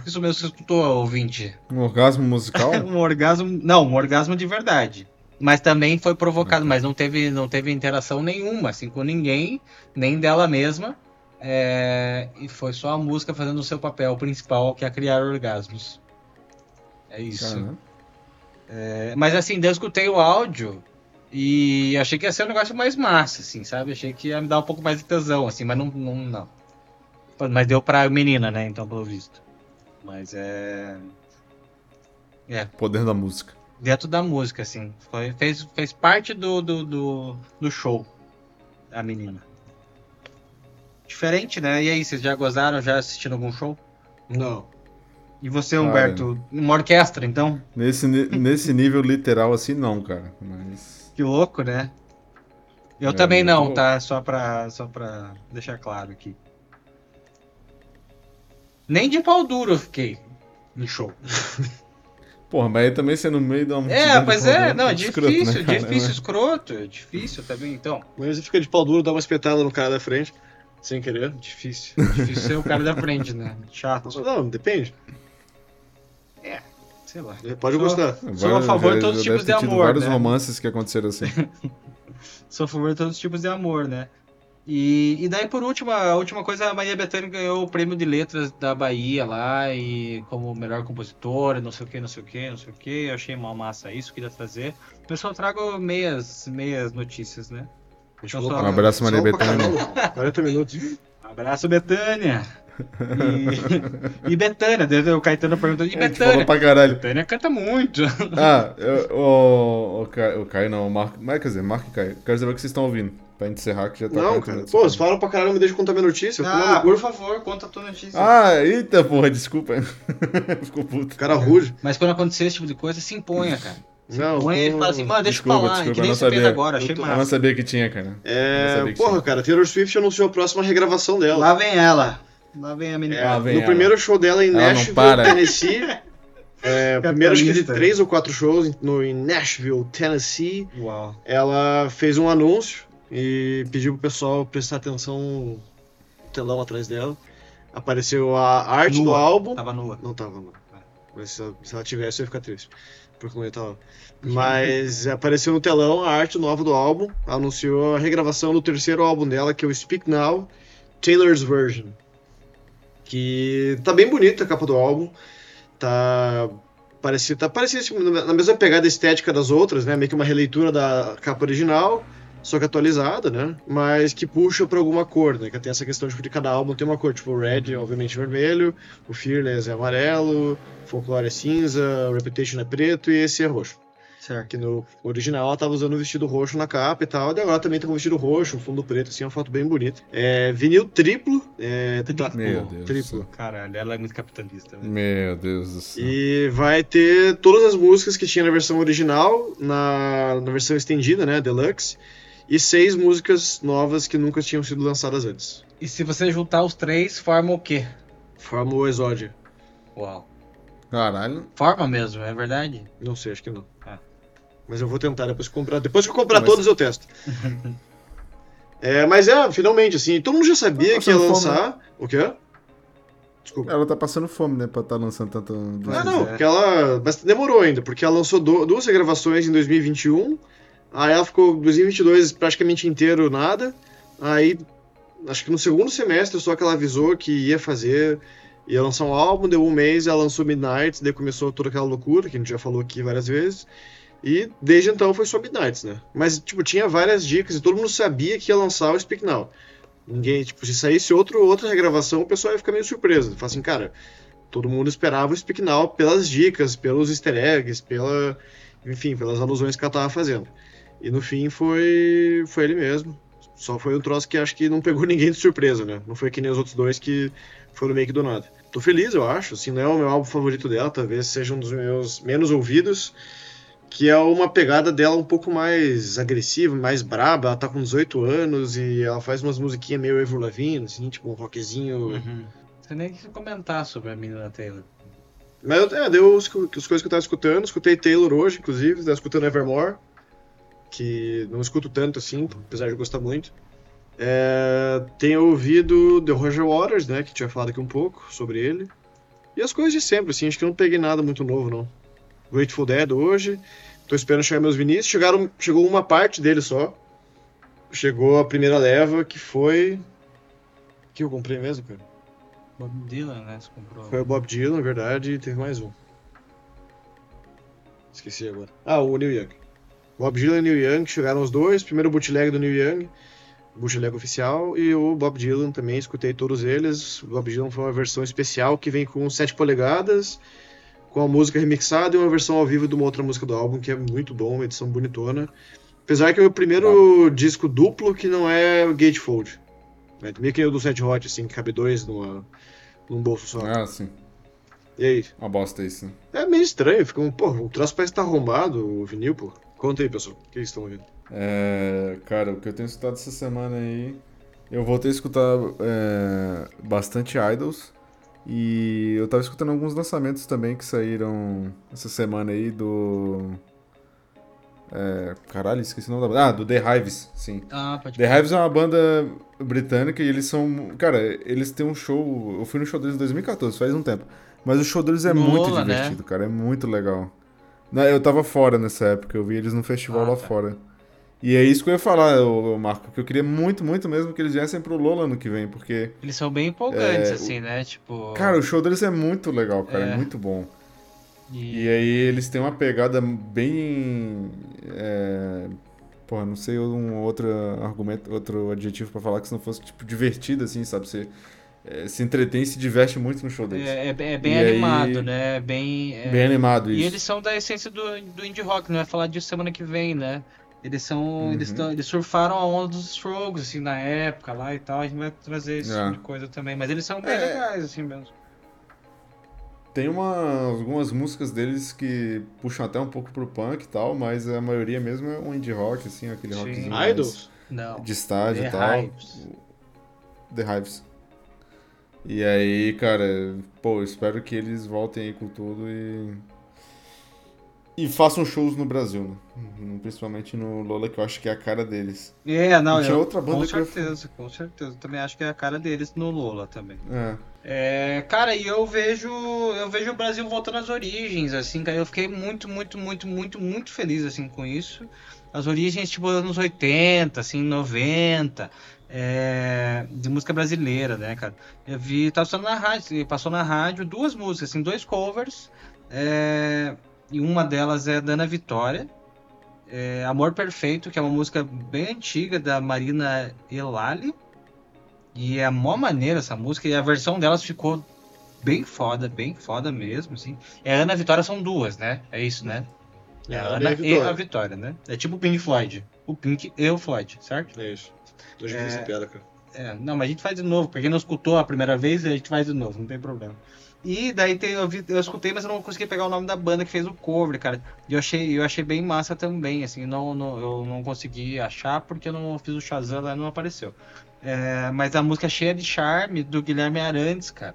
Isso mesmo que você escutou, ouvinte.
Um orgasmo musical?
Um orgasmo. Não, um orgasmo de verdade. Mas também foi provocado, mas não teve, não teve interação nenhuma, assim, com ninguém, nem dela mesma. É, E foi só a música fazendo o seu papel principal, que é criar orgasmos. É isso.
Caramba.
Mas assim, daí eu escutei o áudio e achei que ia ser um negócio mais massa, assim, sabe? Achei que ia me dar um pouco mais de tesão, assim, mas não. não, não. Mas deu pra menina, né? Então, pelo visto. Mas é.
Poder da música.
Dentro da música, assim. Foi, fez, fez parte do, do, do, do show. A menina. Diferente, né? E aí, vocês já gozaram, já assistiram algum show?
Não.
E você,
Cara.
Humberto, uma orquestra, então?
Nesse, ni- nesse nível literal assim, não, cara. Mas.
Que louco, né? Eu
É,
também
muito
não,
louco.
tá? Só pra, só pra deixar claro aqui. Nem de pau duro eu fiquei no show.
Porra, mas aí também ser no meio da
É, pois é, não, é
escroto,
difícil,
né, cara?
difícil, escroto, é difícil também, então.
Mas ele fica de pau duro, dá uma espetada no cara da frente, sem querer.
Difícil. Difícil ser o cara da frente, né? Chato.
Não, depende.
Sei lá.
Pode
Só-
gostar.
Sou a favor de todos os
deve
tipos
ter
de
tido
amor,
vários
né?
romances que aconteceram assim.
Sou a favor de todos os tipos de amor, né? E, e daí, por último, a última coisa, a Maria Bethânia ganhou o prêmio de letras da Bahia lá, e como melhor compositora, não sei o que, não sei o que, não sei o que. Eu achei uma massa isso, queria trazer. Eu só trago meias, meias notícias, né?
A gente
Um
falou pra-
abraço, Maria
falou pra
Bethânia.
caramba, 40 minutos.
Abraço, Betânia! E, e Betânia, daí o Caetano perguntou, e
É, A gente falou
Betânia?
pra caralho.
Betânia canta muito!
Ah, eu- o, o, Ca- o Caio não, o Marco. Mas quer dizer, Marco e Caio. Quero saber o que vocês estão ouvindo. Pra encerrar que já tá
Não,
40
cara.
minutos.
Pô, vocês falaram pra caralho, me deixa contar minha notícia. eu tô
Ah,
maluco.
por favor, conta a tua notícia.
Ah, eita porra, desculpa. Ficou puto.
Cara rude.
Mas quando acontecer esse tipo de coisa, se imponha, cara.
Não,
Põe ele e fala assim, mano, deixa eu
Desculpa,
falar,
desculpa,
que nem
eu não
você fez
sabia.
agora, achei
Eu tô-
Eu não
massa.
sabia que tinha, cara. Eu
É,
sabia que
porra,
tinha.
cara, Taylor Swift anunciou a próxima regravação dela.
Lá vem ela. Lá vem a menina.
É,
Lá Ah, vem
no
ela.
primeiro show dela em
Ela não
Nashville,
para.
Tennessee. É, primeiro, acho que de
Capitalista.
três ou quatro shows no, em Nashville, Tennessee.
Uau.
Ela fez um anúncio e pediu pro pessoal prestar atenção no telão atrás dela. Apareceu a arte do
Nua.
álbum.
Tava nua.
Não tava, não. Mas se ela, se ela tivesse, eu ia ficar triste. Porque eu não tava. Mas apareceu no telão a arte nova do álbum. Anunciou a regravação do terceiro álbum dela, que é o Speak Now, Taylor's Version. Que tá bem bonita a capa do álbum. Tá. Parecia, tá parecia tipo, na na mesma pegada estética das outras, né? Meio que uma releitura da capa original, só que atualizada, né? Mas que puxa pra alguma cor, né? Que tem essa questão tipo, de cada álbum tem uma cor. Tipo, o Red, obviamente, vermelho. O Fearless é amarelo, Folklore é cinza, Reputation é preto e esse é roxo.
Certo.
Que no original ela tava usando um vestido roxo na capa e tal, e agora também tá com um vestido roxo, um fundo preto, assim, uma foto bem bonita. É, vinil triplo, é, tá-
Meu Deus do
triplo.
céu.
Então, tipo, Caralho, ela é muito capitalista. né?
Meu Deus do céu.
E vai ter todas as músicas que tinha na versão original, na, na versão estendida, né, deluxe, e seis músicas novas que nunca tinham sido lançadas antes.
E se você juntar os três, forma o quê?
Forma o Exódio.
Uau.
Caralho.
Forma mesmo, é verdade?
Não sei, acho que não.
É.
Ah.
Mas eu vou tentar depois que comprar. Depois que eu comprar
Mas-
todos, eu testo. é, mas é, finalmente, assim, todo mundo já sabia
Tá
que ia
passando
lançar. O quê? Desculpa.
Ela tá passando fome, né? Pra tá lançando tanto.
Ah,
Mas
não,
é.
porque ela. Mas demorou ainda, porque ela lançou du- duas regravações em 2021. Aí ela ficou 2022 praticamente inteiro nada. Aí acho que no segundo semestre só que ela avisou que ia fazer, ia lançar um álbum, deu um mês, ela lançou Midnight, daí começou toda aquela loucura que a gente já falou aqui várias vezes. E desde então foi só Midnights, né? Mas, tipo, tinha várias dicas e todo mundo sabia que ia lançar o Speak Now. Ninguém, tipo, se saísse outro, outra regravação, o pessoal ia ficar meio surpreso. Fala assim, cara, todo mundo esperava o Speak Now pelas dicas, pelos easter eggs, pela, enfim, pelas alusões que ela tava fazendo. E no fim foi, foi ele mesmo. Só foi um troço que acho que não pegou ninguém de surpresa, né? Não foi que nem os outros dois que foram meio que do nada. Tô feliz, eu acho. Assim, não é o meu álbum favorito dela, talvez seja um dos meus menos ouvidos que é uma pegada dela um pouco mais agressiva, mais braba. Ela tá com 18 anos e ela faz umas musiquinhas meio Evo Lavigne, assim, tipo um rockzinho.
Uhum. Você nem quis comentar sobre a menina Taylor.
Mas eu, é, deu os, as coisas que eu tava escutando. Escutei Taylor hoje, inclusive, tava escutando Evermore, que não escuto tanto assim, apesar de gostar muito. É, tenho ouvido The Roger Waters, né, que tinha falado aqui um pouco sobre ele. E as coisas de sempre, assim, acho que eu não peguei nada muito novo, não. Grateful Dead hoje. Tô esperando chegar meus vinis. Chegaram, chegou uma parte dele só. Chegou a primeira leva, que foi. Que eu comprei mesmo, cara?
Bob Dylan, né? Você comprou.
Foi o Bob Dylan, na verdade, e teve mais um. Esqueci agora. Ah, o Neil Young. Bob Dylan e Neil Young chegaram os dois. Primeiro o bootleg do Neil Young, bootleg oficial, e o Bob Dylan também. Escutei todos eles. O Bob Dylan foi uma versão especial que vem com 7 polegadas com a música remixada e uma versão ao vivo de uma outra música do álbum, que é muito bom, uma edição bonitona. Apesar que é o primeiro ah. disco duplo que não é gatefold. É meio que o do Set Hot, assim, que cabe dois numa, num bolso só.
Ah, sim.
E aí?
Uma bosta isso. né?
É meio estranho, fica um, pô, o troço parece estar tá arrombado, o vinil, pô. Conta aí, pessoal, o que vocês estão ouvindo?
É, cara, o que eu tenho escutado essa semana aí... Eu voltei a escutar é, bastante Idols. E eu tava escutando alguns lançamentos também que saíram essa semana aí do. É, caralho, esqueci o nome da banda. Ah, do The Hives, sim.
Ah, pode
The Hives é uma banda britânica e eles são. Cara, eles têm um show. Eu fui no show deles em 2014, faz um tempo. Mas o show deles é
Lola,
muito divertido,
né?
cara. É muito legal. Não, eu tava fora nessa época, eu vi eles no festival
Ah,
lá
tá.
fora. E é isso que eu ia falar, ô, ô, Marco, que eu queria muito, muito mesmo que eles viessem pro Lola ano que vem, porque.
Eles são bem empolgantes,
É, o-
assim, né? Tipo.
Cara, o show deles é muito legal, cara.
É.
é muito bom.
e-
E aí eles têm uma pegada bem. É... Porra, não sei um outro argumento, outro adjetivo pra falar que se não fosse tipo divertido, assim, sabe? Você é, se entretém e se diverte muito no show deles.
É, é- é bem
E aí-
animado, né? É Bem, é-
Bem animado
E
isso.
eles são da essência do, do indie rock, não vai falar disso semana que vem, né? Eles são. Eles,
Uhum.
tão- eles surfaram a onda dos Strokes, assim, na época lá e tal. A gente vai trazer esse
É.
tipo de coisa também. Mas eles são bem
É.
legais, assim mesmo.
Tem uma, algumas músicas deles que puxam até um pouco pro punk e tal, mas a maioria mesmo é um indie rock, assim, aquele
Sim. É
rockzinho mais
Ah, Idols?
Não.
de estágio
The
e tal.
Hives.
The Hives. E aí, cara, pô, eu espero que eles voltem aí com tudo e. E façam shows no Brasil, né? Uhum, Principalmente no Lola, que eu acho que é a cara deles.
É, não,
E tinha
eu,
outra banda
com
que eu-
certeza, com certeza. Também acho que é a cara deles no Lola também.
É.
É, cara, e eu vejo, eu vejo o Brasil voltando às origens, assim, cara. Eu fiquei muito, muito, muito, muito, muito feliz, assim, com isso. As origens, tipo, anos 80, assim, 90, é, de música brasileira, né, cara? Eu vi, tava passando na rádio, e passou na rádio duas músicas, assim, dois covers, é, e uma delas é da Ana Vitória, é, Amor Perfeito, que é uma música bem antiga da Marina Elali. E é mó maneira essa música, e a versão delas ficou bem foda, bem foda mesmo, assim. É Ana e Vitória são duas, né? É isso, né? É a
Ah,
Ana e a Vitória, né? É tipo o Pink Floyd. O Pink e o Floyd, certo?
É isso. Hoje
É.
é... essa piada, cara.
É, não, mas a gente faz de novo. Pra quem não escutou a primeira vez, a gente faz de novo, não tem problema. E daí tem- eu, vi- eu escutei, mas eu não consegui pegar o nome da banda que fez o cover, cara. E eu achei, eu achei bem massa também, assim. Não, não- eu não consegui achar porque eu não fiz o Shazam lá e não apareceu. É, mas a música é cheia de charme do Guilherme Arantes, cara.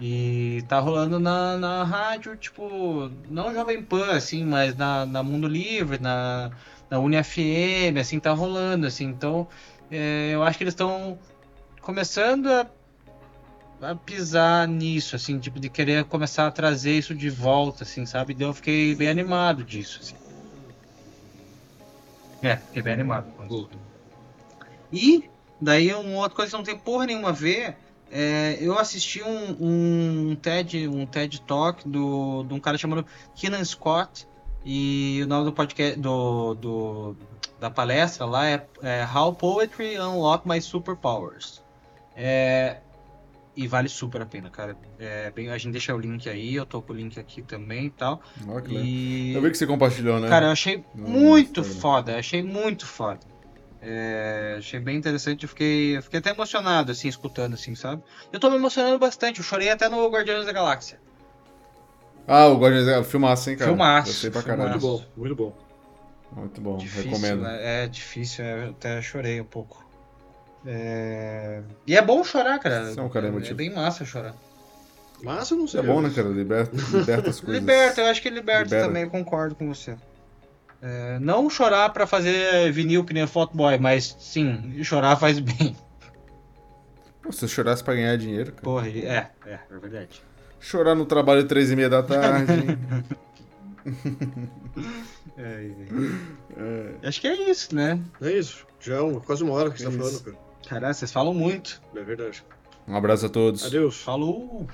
E tá rolando na, na rádio, tipo, não Jovem Pan, assim, mas na, na Mundo Livre, na, na UniFM, assim, tá rolando, assim. Então, é, eu acho que eles estão começando a, a pisar nisso, assim, tipo, de querer começar a trazer isso de volta, assim, sabe? Então eu fiquei bem animado disso, assim. É, fiquei bem animado. com isso. E Daí uma outra coisa que não tem porra nenhuma a ver. é, eu assisti um, um TED, um TED Talk do, de um cara chamado Kenan Scott. E o nome do podcast do, do- da palestra lá é, é How Poetry Unlock My Superpowers. É, e vale super a pena, cara. É, bem, a gente deixa o link aí, eu tô com o link aqui também e tal.
Ó, que legal.
E...
né? Eu vi que você compartilhou, né?
Cara, eu achei
Não,
muito
foi.
foda, eu achei muito foda. É, achei bem interessante, eu fiquei, eu fiquei até emocionado, assim, escutando, assim, sabe? Eu tô me emocionando bastante, eu chorei até no Guardiões da Galáxia.
Ah, o Guardiões da Galáxia, filmaço, hein, cara?
Filmaço,
Gostei pra
filmaço.
caralho.
Muito bom, muito bom.
Muito bom,
difícil,
recomendo.
né? É difícil, é, eu até chorei um pouco. É, E é bom chorar, cara.
Você é um cara emotivo.
é bem massa chorar.
Mas eu não
Isso
sei.
é bom, né, cara? Liberta, liberta as coisas.
Liberta, é. eu acho que liberta,
Libera.
também, eu concordo com você. É, não chorar pra fazer vinil que nem Fotoboy, mas sim, chorar faz bem.
Pô, se eu chorasse pra ganhar dinheiro, cara.
Porra, é, é, é verdade.
Chorar no trabalho três e meia da tarde.
Acho que é isso, né?
É isso. Já é uma- quase uma hora que você tá
Isso.
falando, cara.
Caralho, vocês falam muito.
É verdade.
um abraço a todos.
Adeus.
Falou!